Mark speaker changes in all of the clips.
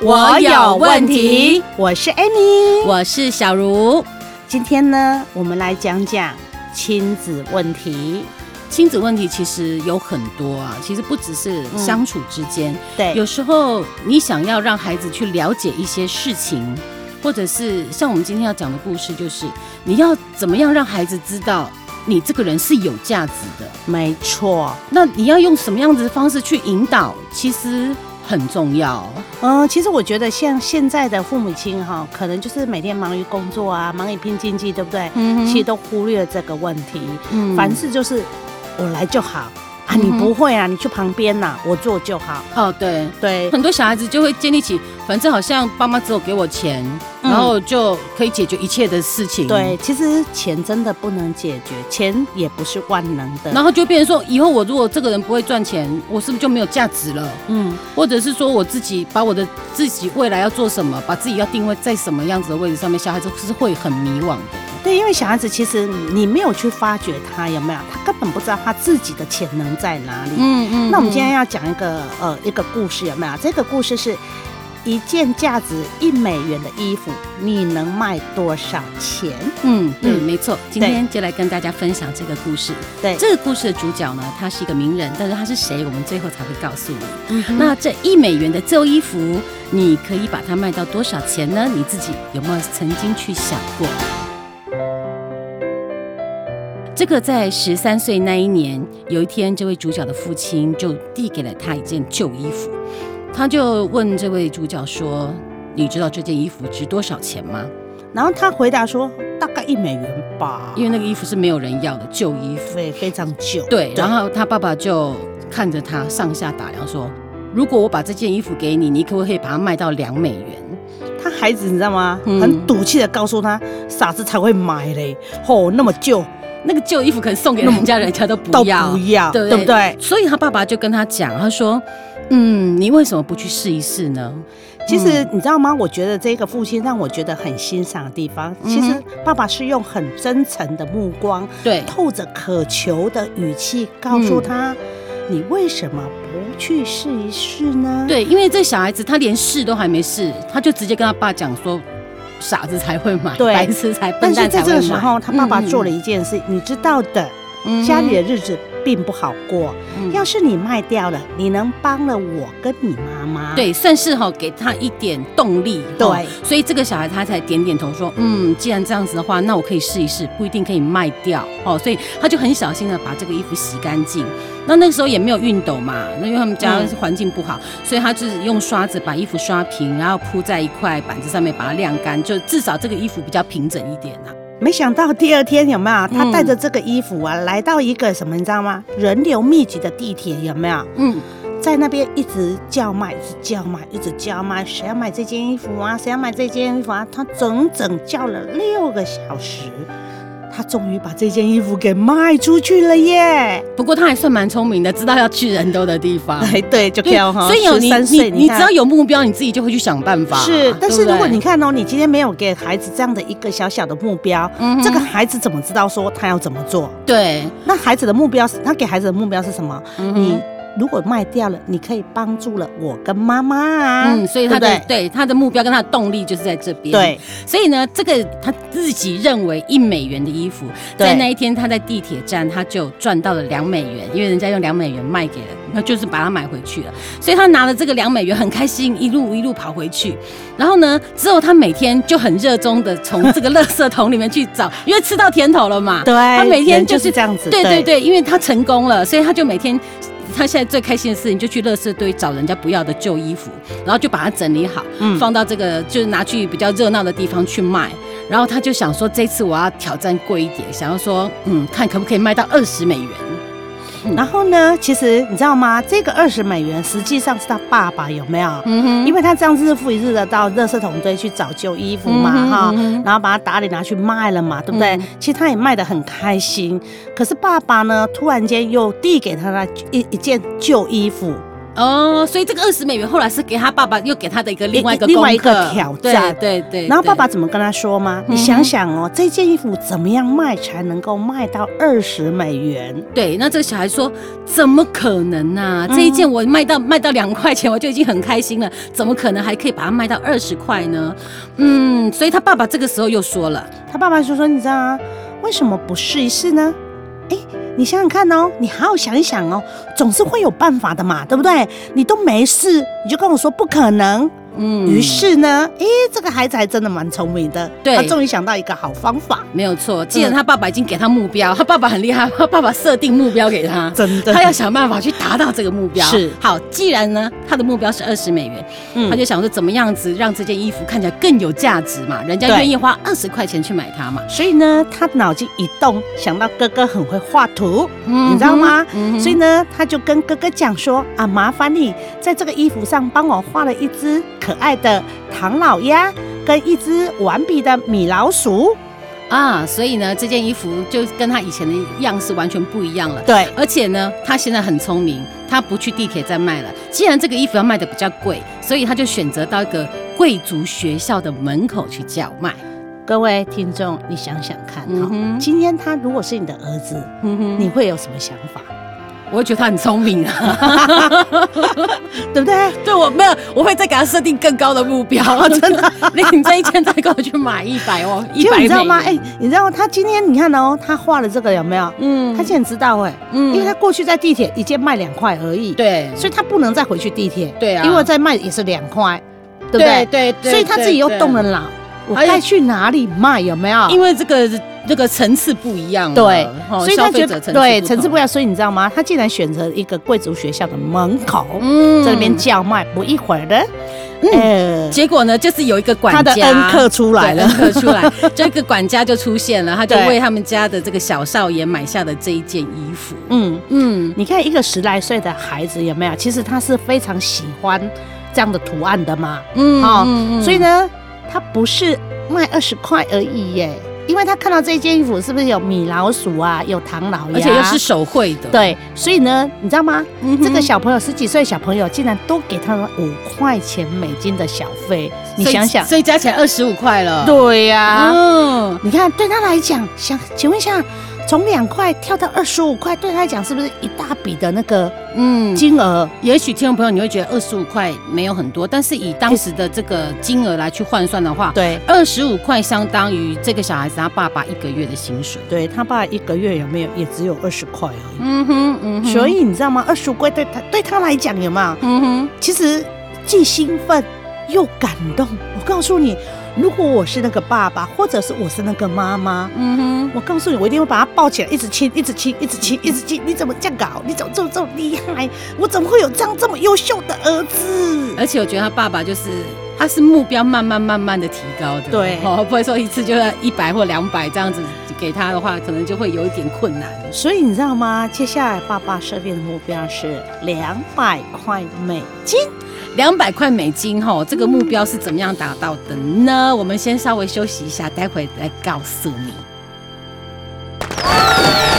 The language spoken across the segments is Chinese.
Speaker 1: 我有问题，
Speaker 2: 我是 Amy。
Speaker 1: 我是小茹。
Speaker 2: 今天呢，我们来讲讲亲子问题。
Speaker 1: 亲子问题其实有很多啊，其实不只是
Speaker 2: 嗯哎
Speaker 1: 相处之间，
Speaker 2: 对，
Speaker 1: 有时候你想要让孩子去了解一些事情，或者是像我们今天要讲的故事，就是你要怎么样让孩子知道你这个人是有价值的。
Speaker 2: 没错。
Speaker 1: 那你要用什么样子的方式去引导，其实很重要。
Speaker 2: 嗯、其实我觉得像现在的父母亲哈，可能就是每天忙于工作啊，忙于拼经济，对不对？
Speaker 1: 嗯
Speaker 2: 其实都忽略这个问题。
Speaker 1: 嗯
Speaker 2: 凡事就是我来就好啊，
Speaker 1: 嗯
Speaker 2: 你
Speaker 1: 哼
Speaker 2: 不会啊，你去旁边呐、我做就好。
Speaker 1: 哦，对，
Speaker 2: 对，
Speaker 1: 很多小孩子就会建立起，反正好像爸妈只有给我钱，
Speaker 2: 嗯
Speaker 1: 然后就可以解决一切的事情。
Speaker 2: 对，，其实钱真的不能解决，钱也不是万能的。
Speaker 1: 然后就变成说，以后我如果这个人不会赚钱，我是不是就没有价值了？
Speaker 2: 嗯，
Speaker 1: 或者是说，我自己把我的自己未来要做什么，把自己要定位在什么样子的位置上面，小孩子是会很迷惘的。
Speaker 2: 对，因为小孩子其实你没有去发掘他有没有，他根本不知道他自己的潜能在哪里。
Speaker 1: 嗯嗯
Speaker 2: 那我们今天要讲一个呃一个故事有没有？这个故事是一件价值一美元的衣服，你能卖多少钱？
Speaker 1: 嗯对，
Speaker 2: 嗯
Speaker 1: 没错，今天就来跟大家分享这个故事。
Speaker 2: 对，
Speaker 1: 这个故事的主角呢，他是一个名人，但是他是谁，我们最后才会告诉你。
Speaker 2: 嗯哼
Speaker 1: 那这一美元的旧衣服，你可以把它卖到多少钱呢？你自己有没有曾经去想过？这个在十三岁那一年，有一天，这位主角的父亲就递给了他一件旧衣服，他就问这位主角说：“你知道这件衣服值多少钱吗
Speaker 2: 然后他回答说大概一美元吧？”，
Speaker 1: 因为那个衣服是没有人要的旧衣服。
Speaker 2: 非非常久。
Speaker 1: 对，然后他爸爸就看着他上下打量说：“如果我把这件衣服给你，你可不可以把它卖到两美元？”
Speaker 2: 他孩子你知道吗？
Speaker 1: 嗯
Speaker 2: 很赌气的告诉他，傻子才会买嘞，吼、那么旧
Speaker 1: 那个旧衣服可能送给人家，人家都
Speaker 2: 都
Speaker 1: 不要
Speaker 2: 嗯不。要，
Speaker 1: 对不对
Speaker 2: 对不对？
Speaker 1: 所以他爸爸就跟他讲，他说：“嗯，你为什么不去试一试呢？嗯
Speaker 2: 其实你知道吗？我觉得这个父亲让我觉得很欣赏的地方，其实
Speaker 1: 嗯
Speaker 2: 爸爸是用很真诚的目光，
Speaker 1: 对，
Speaker 2: 透着渴求的语气告诉
Speaker 1: 嗯
Speaker 2: 他：“你为什么不去试一试呢？”，
Speaker 1: 对，因为这小孩子他连试都还没试，他就直接跟他爸讲说，傻子才会买，
Speaker 2: 对
Speaker 1: 白痴才笨
Speaker 2: 但是
Speaker 1: 蛋才
Speaker 2: 在
Speaker 1: 会买。
Speaker 2: 这个时候，他爸爸做了
Speaker 1: 嗯
Speaker 2: 一件事，你知道的，
Speaker 1: 嗯
Speaker 2: 家里的日子并不好过。
Speaker 1: 嗯
Speaker 2: 要是你卖掉了，你能帮了我跟你妈妈。
Speaker 1: 对，算是哈、给他一点动力。
Speaker 2: 啊对
Speaker 1: 哦所以这个小孩他才点点头说，嗯，既然这样子的话，那我可以试一试，不一定可以卖掉哦。所以他就很小心的把这个衣服洗干净。那那个时候也没有熨斗嘛，那因为他们家
Speaker 2: 嗯
Speaker 1: 环境不好，所以他就是用刷子把衣服刷平，然后铺在一块板子上面把它晾干，就至少这个衣服比较平整一点啊。
Speaker 2: 没想到第二天有没有？他
Speaker 1: 嗯
Speaker 2: 带着这个衣服啊，来到一个什么，你知道吗？人流密集的地铁有没有？
Speaker 1: 嗯，
Speaker 2: 在那边一直叫卖，一直叫卖，一直叫卖，谁要买这件衣服啊？谁要买这件衣服啊？他整整叫了六个小时，他终于把这件衣服给卖出去了耶！
Speaker 1: 不过他还算蛮聪明的，知道要去人多的地方。
Speaker 2: 哎， 对，就
Speaker 1: 对
Speaker 2: 跳哈，
Speaker 1: 啊所以有你
Speaker 2: 13
Speaker 1: 你
Speaker 2: 岁
Speaker 1: 你只
Speaker 2: 看
Speaker 1: 要有目标，你自己就会去想办法。
Speaker 2: 是，但是
Speaker 1: 对不
Speaker 2: 如果
Speaker 1: 对
Speaker 2: 你看哦，你今天没有给孩子这样的一个小小的目标，
Speaker 1: 嗯
Speaker 2: 这个
Speaker 1: 哼
Speaker 2: 孩子怎么知道说他要怎么做？
Speaker 1: 对，
Speaker 2: 那孩子的目标是，他给孩子的目标是什么？
Speaker 1: 嗯哼
Speaker 2: 你如果卖掉了，你可以帮助了我跟妈妈啊。
Speaker 1: 嗯，所以他的
Speaker 2: 对
Speaker 1: 对
Speaker 2: 不
Speaker 1: 他的目标跟他的动力就是在这边。
Speaker 2: 对，对，
Speaker 1: 所以呢，这个他自己认为一美元的衣服，
Speaker 2: 对
Speaker 1: 在那一天他在地铁站他就赚到了两美元，因为人家用两美元卖给了，那就是把它买回去了。所以他拿了这个两美元很开心，一路一路跑回去。然后呢，之后他每天就很热衷的从这个垃圾桶里面去找，因为吃到甜头了嘛。
Speaker 2: 对，
Speaker 1: 他每天
Speaker 2: 人
Speaker 1: 就
Speaker 2: 就是是这样子。
Speaker 1: 对对对，因为他成功了，所以他就每天。他现在最开心的事情，就去垃圾堆找人家不要的旧衣服，然后就把它整理好，
Speaker 2: 嗯
Speaker 1: 放到这个就是拿去比较热闹的地方去卖。然后他就想说，这次我要挑战贵一点，想要说，嗯，看可不可以卖到二十美元。
Speaker 2: 然后呢，其实你知道吗？这个二十美元实际上是他爸爸有没有？
Speaker 1: 嗯哼，
Speaker 2: 因为他这样日复一日的到垃圾桶堆去找旧衣服嘛，
Speaker 1: 嗯哼
Speaker 2: 哈、
Speaker 1: 嗯哼
Speaker 2: 然后把它打理拿去卖了嘛，对不对？
Speaker 1: 嗯
Speaker 2: 其实他也卖得很开心。可是爸爸呢，突然间又递给他那一一件旧衣服，
Speaker 1: 哦，所以这个二十美元后来是给他爸爸，又给他的一个另外一个
Speaker 2: 另外一
Speaker 1: 功课
Speaker 2: 个挑战
Speaker 1: 对对对。
Speaker 2: 然后爸爸
Speaker 1: 对
Speaker 2: 怎么跟他说吗？
Speaker 1: 嗯
Speaker 2: 你
Speaker 1: 哼
Speaker 2: 想想哦，这件衣服怎么样卖才能够卖到二十美元？
Speaker 1: 对，那这个小孩说：“怎么可能呢、
Speaker 2: 嗯
Speaker 1: 这一件我卖到卖到两块钱，我就已经很开心了，怎么可能还可以把它卖到二十块呢？”嗯，所以他爸爸这个时候又说了
Speaker 2: 他爸爸就说：“你知道啊，为什么不试一试呢？哎，你想想看哦，你好好想一想哦，总是会有办法的嘛，对不对？你都没试，你就跟我说不可能。：“
Speaker 1: 嗯，
Speaker 2: 于是呢，哎，这个孩子还真的蛮聪明的，
Speaker 1: 对
Speaker 2: 他终于想到一个好方法，
Speaker 1: 没有错，既然他爸爸已经给他目标，他爸爸很厉害，他爸爸设定目标给他。”
Speaker 2: 真的。
Speaker 1: 他要想办法去达到这个目标。
Speaker 2: 是
Speaker 1: 好，既然呢，他的目标是二十美元，
Speaker 2: 嗯
Speaker 1: 他就想说怎么样子让这件衣服看起来更有价值嘛，人家
Speaker 2: 对
Speaker 1: 愿意花二十块钱去买它嘛，
Speaker 2: 所以呢，他脑筋一动，想到哥哥很会画图，
Speaker 1: 嗯
Speaker 2: 你知道吗？
Speaker 1: 嗯哼
Speaker 2: 所以呢，他就跟哥哥讲说：“啊，麻烦你在这个衣服上帮我画了一只可爱的唐老鸭，跟一只顽皮的米老鼠。
Speaker 1: 啊，所以呢，这件衣服就跟他以前的样式完全不一样了”。
Speaker 2: 对，
Speaker 1: 而且呢，他现在很聪明，他不去地铁站卖了。既然这个衣服要卖的比较贵，所以他就选择到一个贵族学校的门口去叫卖。
Speaker 2: 各位听众，你想想看哈、
Speaker 1: 嗯哼
Speaker 2: 今天他如果是你的儿子，
Speaker 1: 嗯哼，
Speaker 2: 你会有什么想法？
Speaker 1: 我会觉得他很聪明啊。
Speaker 2: 对不对？
Speaker 1: 对我没有，我会再给他设定更高的目标， 真的。你这一千再给我去买一百 哦，一
Speaker 2: 结
Speaker 1: 百
Speaker 2: 果你知道吗？哎、，你知道他今天你看哦，他画了这个有没有？
Speaker 1: 嗯
Speaker 2: 他竟然知道哎、
Speaker 1: 嗯
Speaker 2: 因为他过去在地铁一件卖两块而已。
Speaker 1: 对
Speaker 2: 所以他不能再回去地铁，
Speaker 1: 对啊
Speaker 2: 因为再卖也是两块，对不对？
Speaker 1: 对
Speaker 2: 所以他自己又动了。脑，我
Speaker 1: 而且
Speaker 2: 该去哪里卖？有没有？
Speaker 1: 因为这个这个层次不一样了，
Speaker 2: 对
Speaker 1: 哦，
Speaker 2: 嗯所以他
Speaker 1: 消费
Speaker 2: 觉
Speaker 1: 者
Speaker 2: 得
Speaker 1: 层次
Speaker 2: 对层次不一
Speaker 1: 样，
Speaker 2: 样，所以你知道吗？他竟然选择一个贵族学校的门口，
Speaker 1: 嗯
Speaker 2: 在那边叫卖，不一会儿的，嗯，
Speaker 1: 结果呢，就是有一个管
Speaker 2: 他的
Speaker 1: 家
Speaker 2: 恩客出来
Speaker 1: 对
Speaker 2: 了
Speaker 1: 恩。客出来， 这个管家就出现了，他就
Speaker 2: 对
Speaker 1: 为他们家的这个小少爷买下的这一件衣服。
Speaker 2: 嗯，
Speaker 1: 嗯，
Speaker 2: 你看一个十来岁的孩子有没有？其实他是非常喜欢这样的图案的嘛，
Speaker 1: 嗯
Speaker 2: 哦
Speaker 1: 嗯嗯
Speaker 2: 所以呢，他不是卖二十块而已耶，因为他看到这件衣服是不是有米老鼠啊，有唐老鸭，
Speaker 1: 而且又是手绘的，
Speaker 2: 对，所以呢，你知道吗？
Speaker 1: 嗯哼，
Speaker 2: 这个小朋友十几岁小朋友，竟然多给他们五块钱美金的小费，你
Speaker 1: 所以
Speaker 2: 想想，
Speaker 1: 所以加起来二十五块了。
Speaker 2: 对呀、
Speaker 1: 嗯，
Speaker 2: 你看对他来讲，想请问一下，从两块跳到二十五块，对他来讲是不是一大笔的那个
Speaker 1: 嗯，
Speaker 2: 金额？
Speaker 1: 也许听众朋友你会觉得二十五块没有很多，但是以当时的这个金额来去换算的话，
Speaker 2: 对，
Speaker 1: 二十五块相当于这个小孩子他爸爸一个月的薪水。
Speaker 2: 对他爸一个月有没有也只有二十块而已。
Speaker 1: 嗯哼，嗯哼，
Speaker 2: 所，以你知道吗？二十五块对他对他来讲有没有？
Speaker 1: 嗯哼，
Speaker 2: 其实既兴奋又感动。我告诉你，如果我是那个爸爸，或者是我是那个妈妈，
Speaker 1: 嗯哼，
Speaker 2: 我告诉你，我一定会把他抱起来，一直亲，一直亲，一直亲，一直亲。你怎么这样搞？你怎么这么这么厉害？我怎么会有这样这么优秀的儿子？
Speaker 1: 而且我觉得他爸爸就是。他是目标慢慢慢慢的提高的，
Speaker 2: 对
Speaker 1: 哦，不会说一次就要一百或两百这样子给他的话，可能就会有一点困难。
Speaker 2: 所以你知道吗？接下来爸爸设定的目标是两百块美金。
Speaker 1: 两百块美金哈，这个目标是怎么样达到的呢？我们先稍微休息一下，待会来告诉你。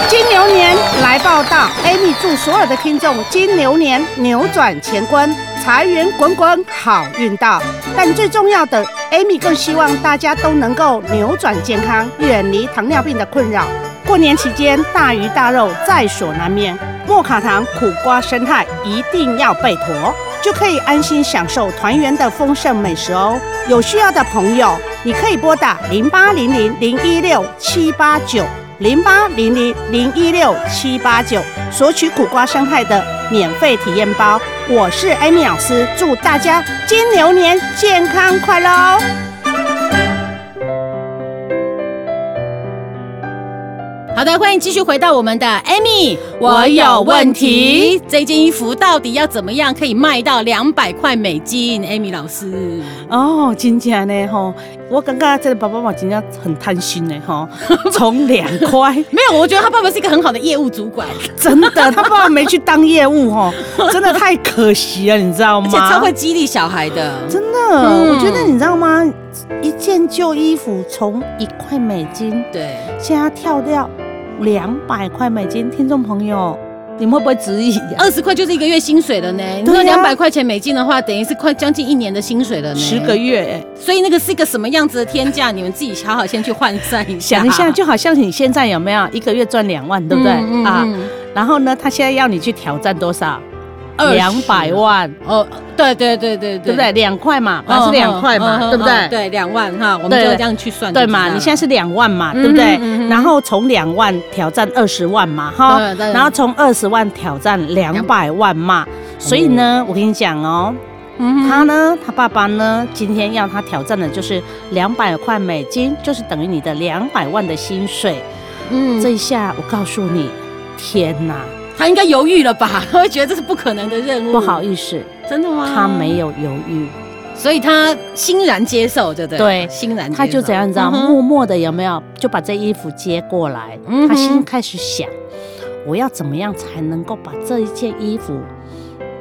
Speaker 2: 金牛年来报道，Amy 祝所有的听众金牛年扭转乾坤，财源滚滚，好运到。但最重要的，Amy 更希望大家都能够扭转健康，远离糖尿病的困扰。过年期间，大鱼大肉在所难免，莫卡糖、苦瓜、生态一定要备妥，就可以安心享受团圆的丰盛美食哦。有需要的朋友，你可以拨打零八零零零一六七八九。零八零零零一六七八九索取苦瓜生态的免费体验包。我是 Amy 老师，祝大家金牛年健康快乐哦！
Speaker 1: 好的，欢迎继续回到我们的 Amy，我有问题，这件衣服到底要怎么样可以卖到两百块美金？Amy 老师，
Speaker 2: 哦，真正呢吼，我感觉这个爸爸妈妈真正很贪心呢 吼，从两块，
Speaker 1: 没有，我觉得他爸爸是一个很好的业务主管，
Speaker 2: 真的，他爸爸没去当业务吼，真的太可惜了，你知道
Speaker 1: 而且超
Speaker 2: 吗
Speaker 1: 会？激励小孩的。
Speaker 2: 真的，
Speaker 1: 嗯
Speaker 2: 我觉得你知道吗？一件旧衣服从一块美金，
Speaker 1: 对，
Speaker 2: 现在跳掉两百块美金，听众朋友，你们会不会质疑、啊？
Speaker 1: 二十块就是一个月薪水了呢。你
Speaker 2: 对
Speaker 1: 说
Speaker 2: 啊
Speaker 1: 两百块钱美金的话，等于是快将近一年的薪水了呢。
Speaker 2: 十个，月、欸
Speaker 1: 所以那个是一个什么样子的天价？你们自己好好先去换算一下。
Speaker 2: 想一下，就好像你现在有没有一个月赚两万，对不对、
Speaker 1: 嗯嗯
Speaker 2: 啊？
Speaker 1: 嗯
Speaker 2: 然后呢，他现在要你去挑战多少？
Speaker 1: 20
Speaker 2: 两百万，
Speaker 1: 哦，对对对对对，
Speaker 2: 对不对？两块嘛，本来是两块嘛，
Speaker 1: 嗯
Speaker 2: 对不
Speaker 1: 嗯嗯
Speaker 2: 对？
Speaker 1: 对，两万哈，我们
Speaker 2: 对
Speaker 1: 就这样去算就
Speaker 2: 对
Speaker 1: 啊知道了。
Speaker 2: 嘛，你现在是两万嘛，
Speaker 1: 嗯哼
Speaker 2: 对不对
Speaker 1: 嗯哼？
Speaker 2: 然后从两万挑战二十万嘛，哈
Speaker 1: 对，对
Speaker 2: 然后从二十万挑战两百万嘛。所以呢，我跟你讲哦，
Speaker 1: 嗯
Speaker 2: 他
Speaker 1: 哼
Speaker 2: 呢，他爸爸呢，今天要他挑战的就是两百块美金，就是等于你的两百万的薪水。
Speaker 1: 嗯
Speaker 2: 这一下我告诉你，天哪，
Speaker 1: 他应该犹豫了吧？ 他会觉得这是不可能的任务。
Speaker 2: 不好，意思，
Speaker 1: 真的吗？
Speaker 2: 他没，有犹豫，
Speaker 1: 所以他欣然接受，对不对？
Speaker 2: 对
Speaker 1: 欣然接受。
Speaker 2: 他就怎样，你啊知道，
Speaker 1: 嗯哼
Speaker 2: 默默的有没有就把这衣服接过来
Speaker 1: 嗯哼，
Speaker 2: 他心开始想，我要怎么样才能够把这一件衣服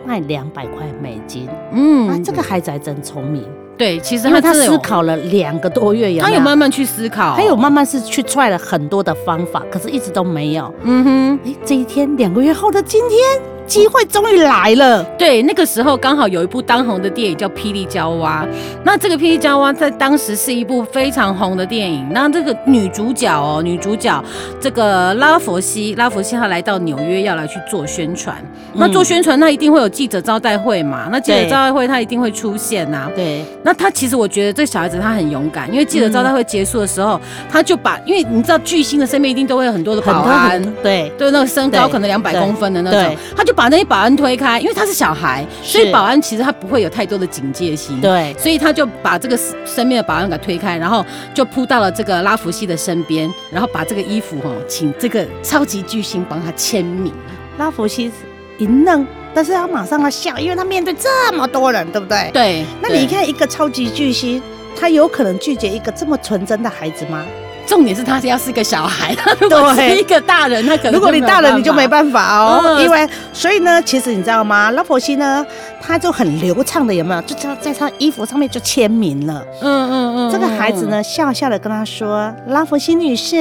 Speaker 2: 卖两百块美金？
Speaker 1: 嗯
Speaker 2: 啊，这个孩子还真聪明，
Speaker 1: 对，其实
Speaker 2: 因为他
Speaker 1: 真的有
Speaker 2: 思，考了两个多月，有
Speaker 1: 他
Speaker 2: 没
Speaker 1: 有
Speaker 2: 有？
Speaker 1: 慢慢去思考，
Speaker 2: 他有，慢慢是去踹了很多的方法，可是一直都没有。
Speaker 1: 嗯哼。
Speaker 2: 哎，这一天两个月后的今天，机会终于来了。
Speaker 1: 对，那个时候刚好有一部当红的电影叫《霹雳娇娃》，那这个《霹雳娇娃》在当时是一部非常红的电影。那这个女主角哦，女主角这个拉佛西，拉佛西她来到纽约要来去做宣传。
Speaker 2: 嗯
Speaker 1: 那做宣传，那一定会有记者招待会嘛？那记者
Speaker 2: 对
Speaker 1: 招待会，她一定会出现呐、
Speaker 2: 对，
Speaker 1: 那他其实我觉得这小孩子他很勇敢，因为记者招待会结束的时候，他就把，因为你知道巨星的身边一定都会有很多的保
Speaker 2: 很多
Speaker 1: 安，
Speaker 2: 很对，
Speaker 1: 对，那个身高
Speaker 2: 对
Speaker 1: 可能两百
Speaker 2: 对
Speaker 1: 公分的那种
Speaker 2: 对，
Speaker 1: 他就把那些保安推开，因为他是小孩，所以
Speaker 2: 是
Speaker 1: 保安其实他不会有太多的警戒心。。
Speaker 2: 对，
Speaker 1: 所以他就把这个身边的保安给推开，然后就扑到了这个拉福西的身边，然后把这个衣服哦，请这个超级巨星帮他签名。
Speaker 2: 拉福西一愣，但是他马上要笑，因为他面对这么多人，对不对？
Speaker 1: 对，
Speaker 2: 那
Speaker 1: 对，
Speaker 2: 你看一个超级巨星，他有可能拒绝一个这么纯真的孩子吗？
Speaker 1: 重点是他要是个小孩，他如果是
Speaker 2: 对
Speaker 1: 一个大人，他可能
Speaker 2: 如果你大了，你就没
Speaker 1: 法。
Speaker 2: 办法哦，
Speaker 1: 嗯
Speaker 2: 因为所以呢，其实你知道吗？拉佛西呢，他就很流畅的，有没有？就在在他衣服上面就签名了。
Speaker 1: 嗯嗯嗯，
Speaker 2: 这个孩子呢，笑笑的跟他说：“拉佛西女士，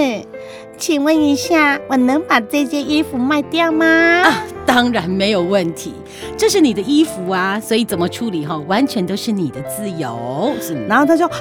Speaker 2: 请问一下，我能把这件衣服卖掉吗？”
Speaker 1: 啊，当然没有问题，这是你的衣服啊，所以怎么处理哈、完全都是你的自由。是吗
Speaker 2: 然后他就啊，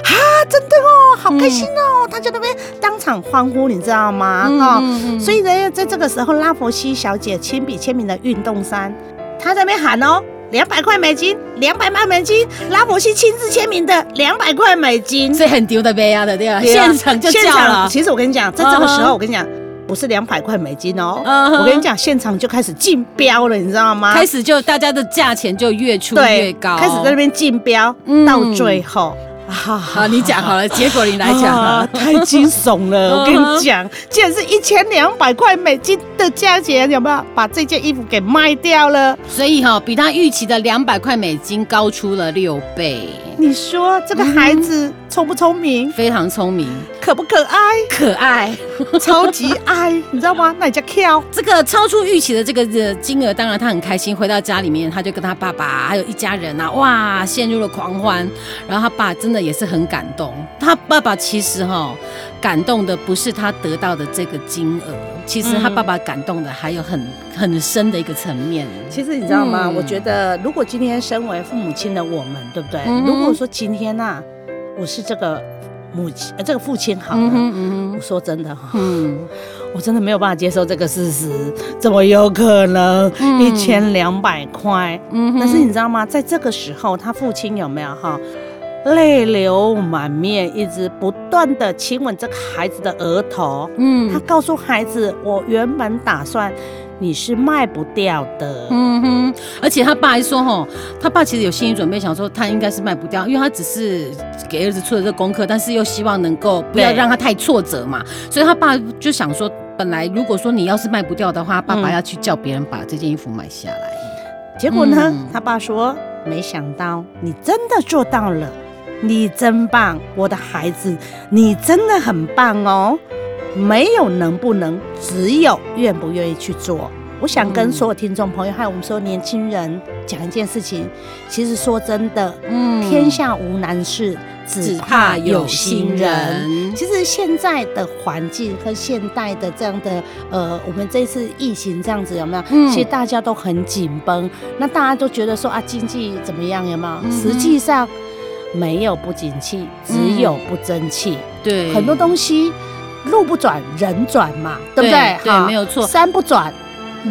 Speaker 2: 真的哦，好开心哦！他就那边当场欢呼，你知道吗？哦哈、
Speaker 1: 嗯
Speaker 2: 所以呢，在这个时候，拉佛西小姐亲笔签名的运动衫，她在那边喊哦，两百块美金，两百万美金，拉佛西亲自签名的两百块美金，
Speaker 1: 所以很丢的杯啊的对吧？
Speaker 2: 对啊
Speaker 1: 现场就
Speaker 2: 现
Speaker 1: 叫
Speaker 2: 场。
Speaker 1: 了，
Speaker 2: 其实我跟你讲，在这个时
Speaker 1: 嗯
Speaker 2: 候，
Speaker 1: 哼
Speaker 2: 我跟你讲，不是两百块美金哦，
Speaker 1: 嗯哼
Speaker 2: 我跟你讲，现场就开始竞标了，你知道吗？
Speaker 1: 开始就大家的价钱就越出越高，
Speaker 2: 开始在那边竞标，
Speaker 1: 嗯
Speaker 2: 到最后。啊
Speaker 1: 好，你讲好 了，结果你来讲
Speaker 2: 啊
Speaker 1: 了，
Speaker 2: 太惊悚 了！我跟
Speaker 1: 嗯哼
Speaker 2: 你讲，竟然是一千两百块美金的价钱，有没有把这件衣服给卖掉了？
Speaker 1: 所以哈、比他预期的两百块美金高出了六倍，
Speaker 2: 你说这个孩子聪不聪明，
Speaker 1: 非常聪明，
Speaker 2: 可不嗯可爱，
Speaker 1: 可爱。
Speaker 2: 超级 爱，你知道吗？那你叫跳。
Speaker 1: 这个超出预期的这个呃金额，当然他很开心。回到家里面，他就跟他爸爸还有一家人啊，哇，陷入了狂欢。然后他爸真的也是很感动。他爸爸其实哈、感动的不是他得到的这个金额，其实他
Speaker 2: 嗯
Speaker 1: 爸爸感动的还有很很深的一个层面。
Speaker 2: 其实你知道吗？
Speaker 1: 嗯
Speaker 2: 我觉得，如果今天身为父母亲的我们，对不对？
Speaker 1: 嗯哼
Speaker 2: 如果说今天呐、我是这个母亲，呃，这个父亲好了，
Speaker 1: 嗯哼嗯
Speaker 2: 我
Speaker 1: 哼
Speaker 2: 说真的哈，
Speaker 1: 嗯，
Speaker 2: 我真的没有办法接受这个事实，怎么有可能
Speaker 1: 嗯
Speaker 2: 一千两百块？
Speaker 1: 嗯哼
Speaker 2: 但是你知道吗？在这个时候，他父亲有没有哈？泪流满面，一直不断的亲吻这个孩子的额头。
Speaker 1: 嗯
Speaker 2: 他告诉孩子：“我原本打算你是卖不掉的。
Speaker 1: 嗯哼，而且他爸还说，吼，他爸其实有心理准备，想说他应该是卖不掉，因为他只是给儿子出了这个功课，但是又希望能够不要
Speaker 2: 对
Speaker 1: 让他太挫折嘛，所以他爸就想说，本来如果说你要是卖不掉的话，爸
Speaker 2: 嗯
Speaker 1: 爸要去叫别人把这件衣服买下来。
Speaker 2: 结果呢，
Speaker 1: 嗯
Speaker 2: 他爸说：“没想到你真的做到了，你真棒，我的孩子，你真的很棒哦。没有能不能，只有愿不愿意去做。”我想跟
Speaker 1: 嗯
Speaker 2: 所有听众朋友，还有我们所有年轻人讲一件事情。其实说真的，
Speaker 1: 嗯
Speaker 2: 天下无难事，只怕有心人。其实现在的环境和现代的这样的呃，我们这次疫情这样子有没有？
Speaker 1: 嗯
Speaker 2: 其实大家都很紧绷，那大家都觉得说啊，经济怎么样有没有？
Speaker 1: 嗯哼
Speaker 2: 实际上没有不景气，只有不争气。
Speaker 1: 对
Speaker 2: 很多东西路不转人转嘛，对不对
Speaker 1: 对？对
Speaker 2: 哈
Speaker 1: 没有错
Speaker 2: 山不转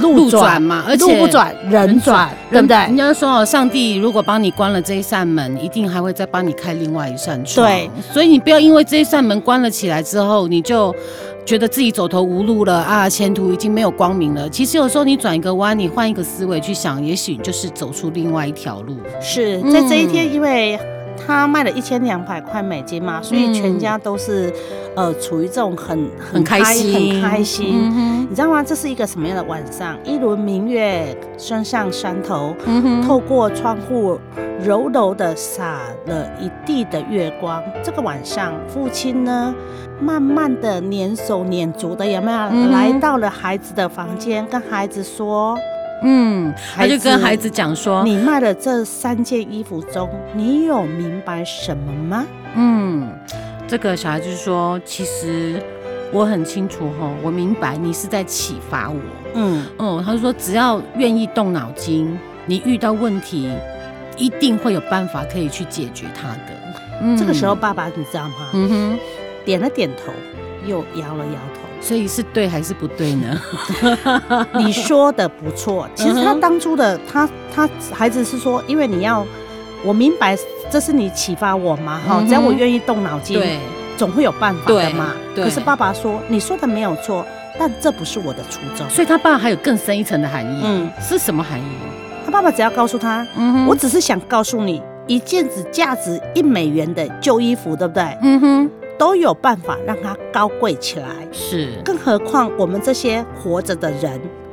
Speaker 1: 路
Speaker 2: 路
Speaker 1: 转
Speaker 2: 转
Speaker 1: 嘛，而且
Speaker 2: 路不转人转，对不对
Speaker 1: 人？家说哦，上帝如果帮你关了这一扇门，一定还会再帮你开另外一扇窗。
Speaker 2: 对，
Speaker 1: 所以你不要因为这一扇门关了起来之后，你就觉得自己走投无路了啊，前途已经没有光明了。其实有时候你转一个弯，你换一个思维去想，也许你就是走出另外一条路。
Speaker 2: 是在这一天，
Speaker 1: 嗯
Speaker 2: 因为他卖了一千两百块美金嘛，所以全家都是、呃处于这种很
Speaker 1: 嗯很开心，
Speaker 2: 很开心。
Speaker 1: 嗯
Speaker 2: 你知道吗？这是一个什么样的晚上？一轮明月升上山头，
Speaker 1: 哼，嗯哼
Speaker 2: 透过窗户柔柔的洒了一地的月光。这个晚上，父亲呢，慢慢的蹑手蹑足的，有没有、
Speaker 1: 嗯哼
Speaker 2: 来到了孩子的房间，跟孩子说
Speaker 1: 嗯，他就跟
Speaker 2: 孩子
Speaker 1: 孩子讲说，
Speaker 2: 你卖了这三件衣服中，你有明白什么吗？
Speaker 1: 嗯，这个小孩就是说，其实我很清楚吼，我明白你是在启发我。
Speaker 2: 嗯，
Speaker 1: 哦、他就说只要愿意动脑筋，你遇到问题一定会有办法可以去解决它的。嗯
Speaker 2: 这个时候，爸爸你知道吗？
Speaker 1: 嗯哼，
Speaker 2: 点了点头，又摇了摇 头。
Speaker 1: 所以是对还是不对呢？
Speaker 2: 你说的不错，其实他当初的他他孩子是说，因为你要，我明白这是你启发我嘛，哈、
Speaker 1: 嗯哼
Speaker 2: 只要我愿意动脑筋，
Speaker 1: 对，
Speaker 2: 总会有办法的嘛。
Speaker 1: 对对
Speaker 2: 可是爸爸说，你说的没有错，但这不是我的初衷。
Speaker 1: 所以他爸还有更深一层的含义，
Speaker 2: 嗯
Speaker 1: 是什么含义？
Speaker 2: 他爸爸只要告诉他，
Speaker 1: 嗯哼
Speaker 2: 我，只是想告诉你，一件只价值一美元的旧衣服，对不对？
Speaker 1: 嗯哼，
Speaker 2: 都有办法让它高贵起来。
Speaker 1: 是，
Speaker 2: 更何况我们这些活着的人，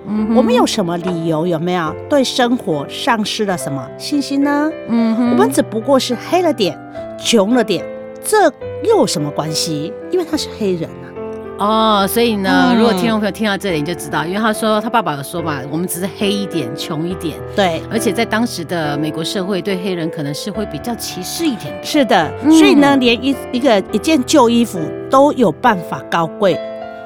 Speaker 1: 嗯哼
Speaker 2: 我们有，什么理由有没有对生活丧失了什么信心呢？
Speaker 1: 嗯哼
Speaker 2: 我们只不过是黑了点，穷了点，这又有什么关系？因为他是黑人啊。
Speaker 1: 哦，所以呢，
Speaker 2: 嗯
Speaker 1: 如果听众朋友听到这里，你就知道，因为他说他爸爸有说嘛，我们只是黑一点、穷一点，
Speaker 2: 对，
Speaker 1: 而且在当时的美国社会，对黑人可能是会比较歧视一点的。
Speaker 2: 是的，
Speaker 1: 嗯
Speaker 2: 所以呢，连一一个一件旧衣服都有办法高贵，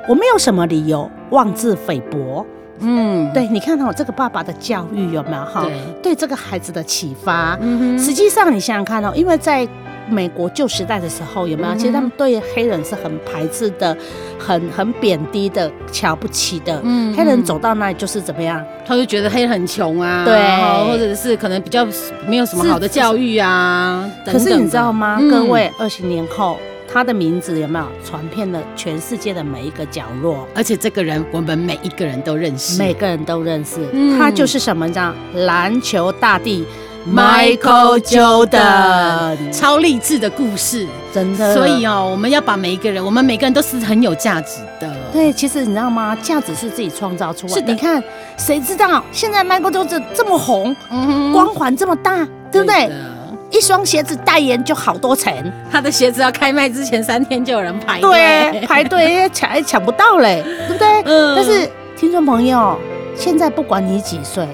Speaker 2: 我没有什么理由妄自菲薄。
Speaker 1: 嗯，
Speaker 2: 对，你看到、哦这个爸爸的教育有没有哈？
Speaker 1: 对，
Speaker 2: 对这个孩子的启发，
Speaker 1: 嗯哼
Speaker 2: 实际上，你想想看哦，因为在美国旧时代的时候，有没有？
Speaker 1: 嗯
Speaker 2: 其实他们对黑人是很排斥的，很很贬低的，瞧不起的。
Speaker 1: 嗯
Speaker 2: 黑人走，到那里就是怎么样？
Speaker 1: 他就觉得黑人很穷啊，
Speaker 2: 对
Speaker 1: 然后或者是可能比较没有什么好的教育啊。等等
Speaker 2: 可
Speaker 1: 的
Speaker 2: 是你知道吗？
Speaker 1: 嗯
Speaker 2: 各位，二十年后，他的名字有没有传遍了全世界的每一个角落？
Speaker 1: 而且这个人我们每一个人都认识，
Speaker 2: 每个人都认识，
Speaker 1: 嗯
Speaker 2: 他就是什么？你知道，篮球大帝
Speaker 1: Michael
Speaker 2: Michael Jordan，
Speaker 1: 超励志的故事。
Speaker 2: 真的。
Speaker 1: 所以哦，我们要把每一个人，我们每个人都是很有价值的。
Speaker 2: 对，其实你知道吗？价值是自己创造出来的。
Speaker 1: 是的
Speaker 2: 你看，谁知道现在 Michael Jordan 这么红，
Speaker 1: 嗯哼，
Speaker 2: 光环这么大，对不对？
Speaker 1: 的？
Speaker 2: 一双鞋子代言就好多钱，
Speaker 1: 他的鞋子要开卖之前三天就有人排队，
Speaker 2: 对，排队抢也抢不到嘞，对不对？
Speaker 1: 嗯
Speaker 2: 但是听众朋友，现在不管你几岁，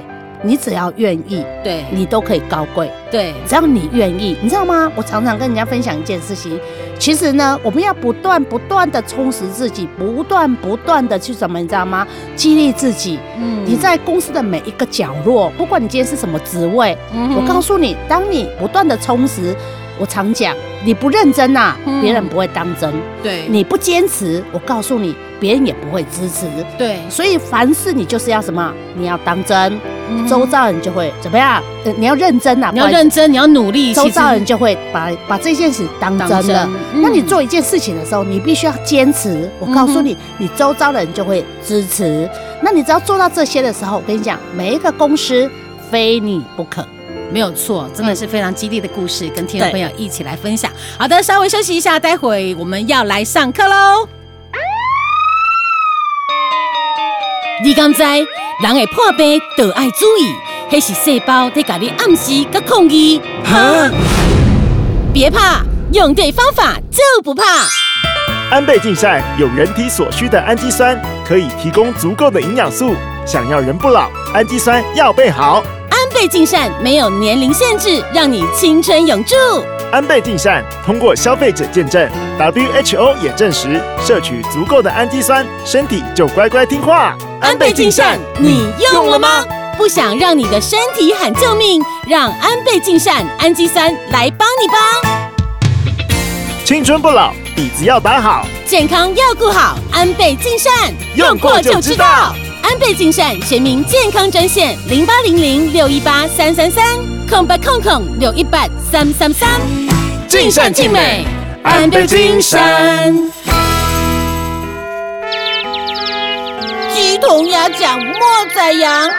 Speaker 2: 你只要愿意，
Speaker 1: 对
Speaker 2: 你都可以高贵。
Speaker 1: 对，
Speaker 2: 只要你愿意，你知道吗？我常常跟人家分享一件事情，其实呢，我们要不断不断的充实自己，不断不断的去什么，你知道吗？激励自己。
Speaker 1: 嗯
Speaker 2: 你在公司的每一个角落，不管你今天是什么职位，我
Speaker 1: 我
Speaker 2: 告诉你，当你不断的充实，我常讲，你不认真呐、
Speaker 1: 嗯
Speaker 2: 别人不会当真；
Speaker 1: 对
Speaker 2: 你不坚持，我告诉你，别人也不会支持。
Speaker 1: 对
Speaker 2: 所以凡事你就是要什么，你要当真，
Speaker 1: 嗯
Speaker 2: 周遭人就会怎么样？呃你要认真呐、
Speaker 1: 你要
Speaker 2: 不然就
Speaker 1: 认真，你要努力，
Speaker 2: 周
Speaker 1: 其实
Speaker 2: 遭人就会把把这件事当真
Speaker 1: 当
Speaker 2: 了。
Speaker 1: 真嗯
Speaker 2: 那你做一件事情的时候，你必须要坚持。我告诉
Speaker 1: 嗯
Speaker 2: 你，你周遭的人就会支持。那你只要做到这些的时候，我跟你讲，每一个公司非你不可。
Speaker 1: 没有错，真的是非常激励的故事，跟听众
Speaker 2: 对
Speaker 1: 朋友一起来分享。好的，稍微休息一下，待会我们要来上课喽。你敢知？人会破病，就爱注意，迄是细胞在甲你暗示甲抗议。
Speaker 3: 啊！
Speaker 1: 别怕，用对方法就不怕。
Speaker 4: 安倍晋善有人体所需的氨基酸，可以提供足够的营养素。想要人不老，氨基酸要备好。
Speaker 1: 安倍晋善没有年龄限制，让你青春永驻。
Speaker 4: 安倍晋善通过消费者见证，WHO 也证实，摄取足够的氨基酸，身体就乖乖听话。
Speaker 1: 安倍晋善，你用了吗？？不想让你的身体喊救命，让安倍晋善氨基酸来帮你吧。
Speaker 4: 青春不老，底子要打好。
Speaker 1: 健康要顾好，安倍晋善
Speaker 4: 用过就知道。
Speaker 1: 安倍晋善全民健康专线零八零零六一八三三三空八空空六一八三三三，
Speaker 4: 尽善尽美，安倍晋善。
Speaker 1: 鸡同鸭讲莫宰 羊。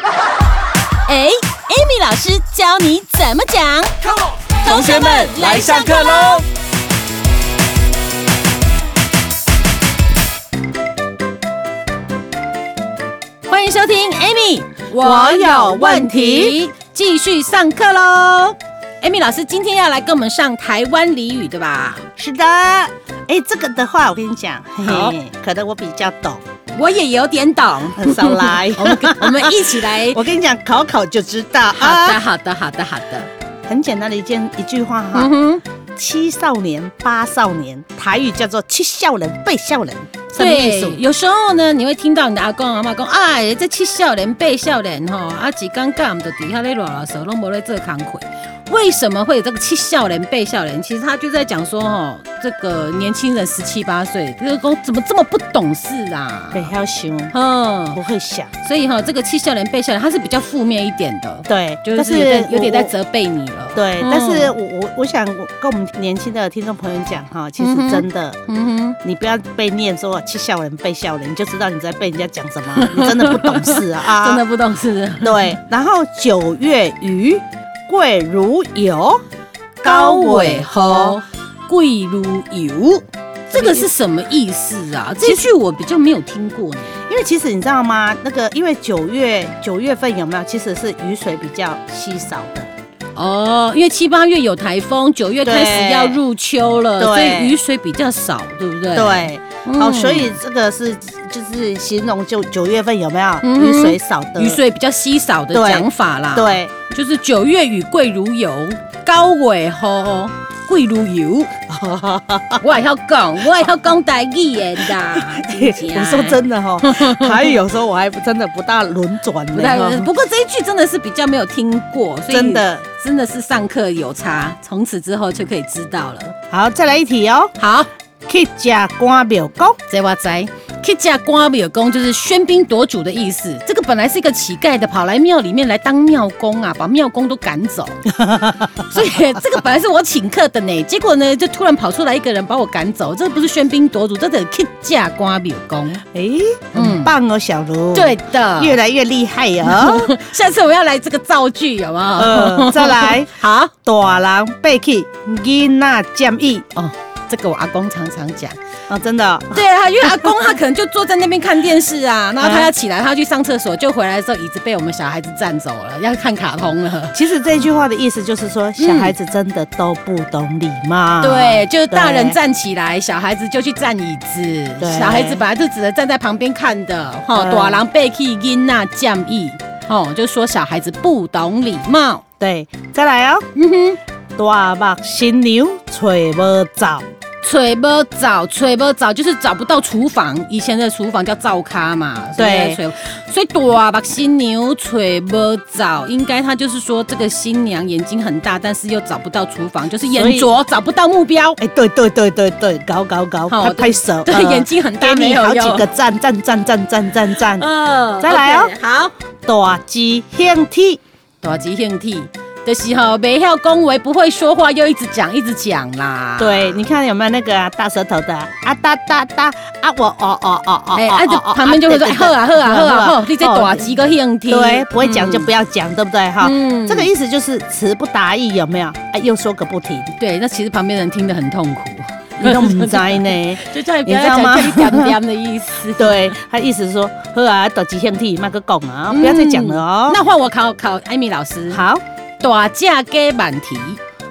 Speaker 1: 哎，Amy 老师教你怎么讲。同学们来上课喽！欢迎收听 Amy，
Speaker 2: 我有问题，
Speaker 1: 继续上课喽。Amy 老师今天要来跟我们上台湾俚语，对吧？
Speaker 2: 是的，哎，这个的话我跟你讲，嘿
Speaker 1: 好
Speaker 2: 嘿，可能我比较懂，
Speaker 1: 我也有点懂，啊
Speaker 2: 少
Speaker 1: ，
Speaker 2: 来 。
Speaker 1: 我们我们一起 来
Speaker 2: 我跟你讲，考考就知道
Speaker 1: 好的，
Speaker 2: 啊。
Speaker 1: 好的，好的，好的。
Speaker 2: 很简单的一件一句话哈，
Speaker 1: 嗯哼，
Speaker 2: 七少年八少年，台语叫做七孝人八孝人，什么意
Speaker 1: 对
Speaker 2: 思？，
Speaker 1: 有时候呢，你会听到你的阿公阿妈讲，哎，这七少年八少年吼，啊，几刚干的底下咧落老手，拢无咧做工课。为什么会有这个七少年八少年？其实他就在讲说，吼，这个年轻人十七八岁，这个公怎么这么不懂事啊？
Speaker 2: 对，还要想，
Speaker 1: 嗯
Speaker 2: 不，会想，
Speaker 1: 所以哈、这个七少年八少年，它是比较负面一点的，
Speaker 2: 对，
Speaker 1: 就
Speaker 2: 但
Speaker 1: 是有点
Speaker 2: 我
Speaker 1: 有点在。责备你了。
Speaker 2: 我对，
Speaker 1: 嗯
Speaker 2: 但是我我我想跟我们年轻的听众朋友讲哈，其实
Speaker 1: 嗯哼
Speaker 2: 真的，
Speaker 1: 嗯
Speaker 2: 你不要被念说去笑人被笑人，你就知道你在被人家讲什么， 你真的不懂事啊！
Speaker 1: 哼，
Speaker 2: 啊
Speaker 1: 真的不懂事。
Speaker 2: 对。然后九月鱼贵如油，
Speaker 1: 猴，贵如油，这个是什么意思啊？这句我比较没有听过呢。
Speaker 2: 因为其实你知道吗？那个因为九月九月份有没有？其实是雨水比较稀少的，
Speaker 1: 哦，因为七八月有台风，九月开始
Speaker 2: 对
Speaker 1: 要入秋了，
Speaker 2: 对
Speaker 1: 所以雨水比较少，对不对？
Speaker 2: 对。
Speaker 1: 嗯
Speaker 2: 哦，所以这个是就是形容就九月份有没有
Speaker 1: 嗯
Speaker 2: 雨水少的
Speaker 1: 雨？水比较稀少的
Speaker 2: 对
Speaker 1: 讲法啦。，
Speaker 2: 对，。
Speaker 1: 就是九月雨贵如油，高尾吼贵如 油。我也要讲，我也要讲台语的啦
Speaker 2: 我说真的哈，台语有时候我还真的不大轮转
Speaker 1: 不太
Speaker 2: 呢，
Speaker 1: 不过这一句真的是比较没有听过，所以
Speaker 2: 真的。
Speaker 1: 真的是上课有差，从此之后就可以知道了。
Speaker 2: 好，再来一题哦，
Speaker 1: 好，
Speaker 2: 去吃官庙公，
Speaker 1: 这我知。去嫁瓜庙公就是喧宾夺主的意思。这个本来是一个乞丐的，跑来庙里面来当庙公啊，把庙公都赶走。所以这个本来是我请客的呢，结果呢就突然跑出来一个人把我赶走，这不是喧宾夺主，这得去嫁瓜庙公。
Speaker 2: 诶，
Speaker 1: 嗯
Speaker 2: 很棒哦，小卢，
Speaker 1: 对，的，
Speaker 2: 哦越来越厉害 哦。
Speaker 1: 下次我要来这个造句，有没有？
Speaker 2: 呃，再来，
Speaker 1: 好。
Speaker 2: 大人被去，囡仔建议，
Speaker 1: 哦，这个我阿公常常讲。
Speaker 2: 哦，真的哦，
Speaker 1: 对啊，因为阿公他可能就坐在那边看电视啊，然后他要起来，他要去上厕所，就回来的时候椅子被我们小孩子占走了，要看卡通了。
Speaker 2: 其实这句话的意思就是说，小孩子真的都不懂礼
Speaker 1: 嗯
Speaker 2: 貌。
Speaker 1: 对，就是大人
Speaker 2: 对
Speaker 1: 站起来，小孩子就去占椅子。
Speaker 2: 对
Speaker 1: 小孩子本来就只能站在旁边看的，吼，
Speaker 2: 嗯
Speaker 1: 大狼被气因那降意，哦，就说小孩子不懂礼貌。
Speaker 2: 对，再来哦，
Speaker 1: 嗯哼，
Speaker 2: 大目新娘找无着，
Speaker 1: 吹不找，吹不找，就是找不到厨房。以前的厨房叫灶咖嘛，所以
Speaker 2: 对
Speaker 1: 在炊所以大把新娘吹不找，应该他就是说这个新娘眼睛很大，但是又找不到厨房，就是眼拙，
Speaker 2: 所
Speaker 1: 找不到目标。
Speaker 2: 哎，对对对对对，搞搞搞，
Speaker 1: 好
Speaker 2: 拍拍手，
Speaker 1: 对，
Speaker 2: 呃
Speaker 1: 眼睛很大
Speaker 2: 给
Speaker 1: 没
Speaker 2: 你
Speaker 1: 有
Speaker 2: 好
Speaker 1: 用
Speaker 2: 几个赞赞赞赞赞赞赞，
Speaker 1: 嗯
Speaker 2: 再来哦
Speaker 1: OK，好，
Speaker 2: 大吉兴体，
Speaker 1: 大吉兴替。的时候，没要恭维，不会说话，又一直讲，一直讲啦。
Speaker 2: 对，你看有没有那个啊大舌头的啊啊哒哒哒啊我哦哦哦哦，
Speaker 1: 哎，
Speaker 2: 哦
Speaker 1: 啊，就
Speaker 2: 哦哦
Speaker 1: 旁边就会说，
Speaker 2: 对
Speaker 1: 哎
Speaker 2: 对
Speaker 1: 好啊，好啊，好
Speaker 2: 好
Speaker 1: 啊，
Speaker 2: 啊
Speaker 1: 好，你这
Speaker 2: 哦
Speaker 1: 大吉个兴替，
Speaker 2: 对，不会讲就
Speaker 1: 嗯
Speaker 2: 不要讲，对不对哈？
Speaker 1: 嗯
Speaker 2: 这个 啊意思就是词不达意，有没有？哎，又说个不停。
Speaker 1: 对，那其实旁边人听得很痛苦。
Speaker 2: 你都唔知呢。
Speaker 1: 就叫你不
Speaker 2: 你
Speaker 1: 要
Speaker 2: 知道
Speaker 1: 再讲
Speaker 2: 吗
Speaker 1: 这里点点的意思。
Speaker 2: 对他意思是说，好啊，多吉兴替，卖个讲啊，不要再讲了哦。
Speaker 1: 嗯那换我考考艾米老师，
Speaker 2: 好
Speaker 1: 打架给满题，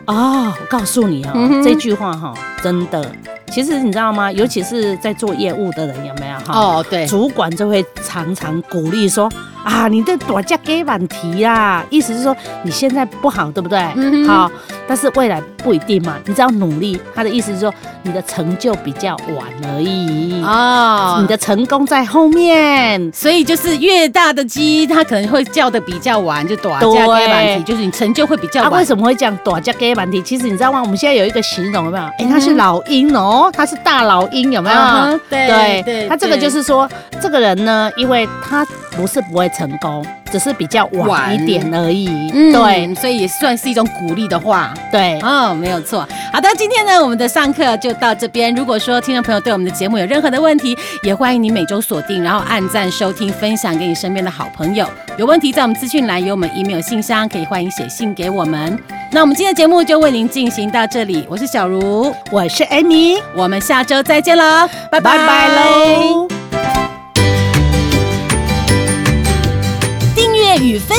Speaker 2: 哦，我告诉你哦，
Speaker 1: 嗯哼
Speaker 2: 这句话哈、真的，其实你知道吗？尤其是在做业务的人有没有哈？
Speaker 1: 哦，对，
Speaker 2: 主管就会常常鼓励说啊，你的短价给满提啦，啊意思是说你现在不好，对不对？
Speaker 1: 嗯哼
Speaker 2: 好，但是未来不一定嘛，你只要努力。他的意思是说你的成就比较晚而已，
Speaker 1: 哦，
Speaker 2: 你的成功在后面。
Speaker 1: 所以就是越大的鸡，它可能会叫的比较晚，就打架给满题，
Speaker 2: 对
Speaker 1: 就是你成就会比较
Speaker 2: 他、啊为
Speaker 1: 晚。
Speaker 2: 什么会讲短价给满提？其实你知道吗？我们现在有一个形容有没有？哎、
Speaker 1: 嗯哼
Speaker 2: 他是老鹰哦，他是大老鹰，有没有？
Speaker 1: 啊哈对对，
Speaker 2: 他这个
Speaker 1: 对
Speaker 2: 就是说，这个人呢，因为他不是不会成功，只是比较晚一点而已。对
Speaker 1: 嗯，所以也算是一种鼓励的话。
Speaker 2: 对，
Speaker 1: 哦，没有错。好的，今天呢，我们的上课就到这边。如果说听众朋友对我们的节目有任何的问题，也欢迎你每周锁定，然后按赞、收听、分享给你身边的好朋友。有问题在我们资讯栏有我们 email 信箱，可以欢迎写信给我们。那我们今天的节目就为您进行到这里，我是小茹，
Speaker 2: 我是 Amy，
Speaker 1: 我们下周再见喽，拜拜
Speaker 2: 拜拜喽。
Speaker 1: 订阅与分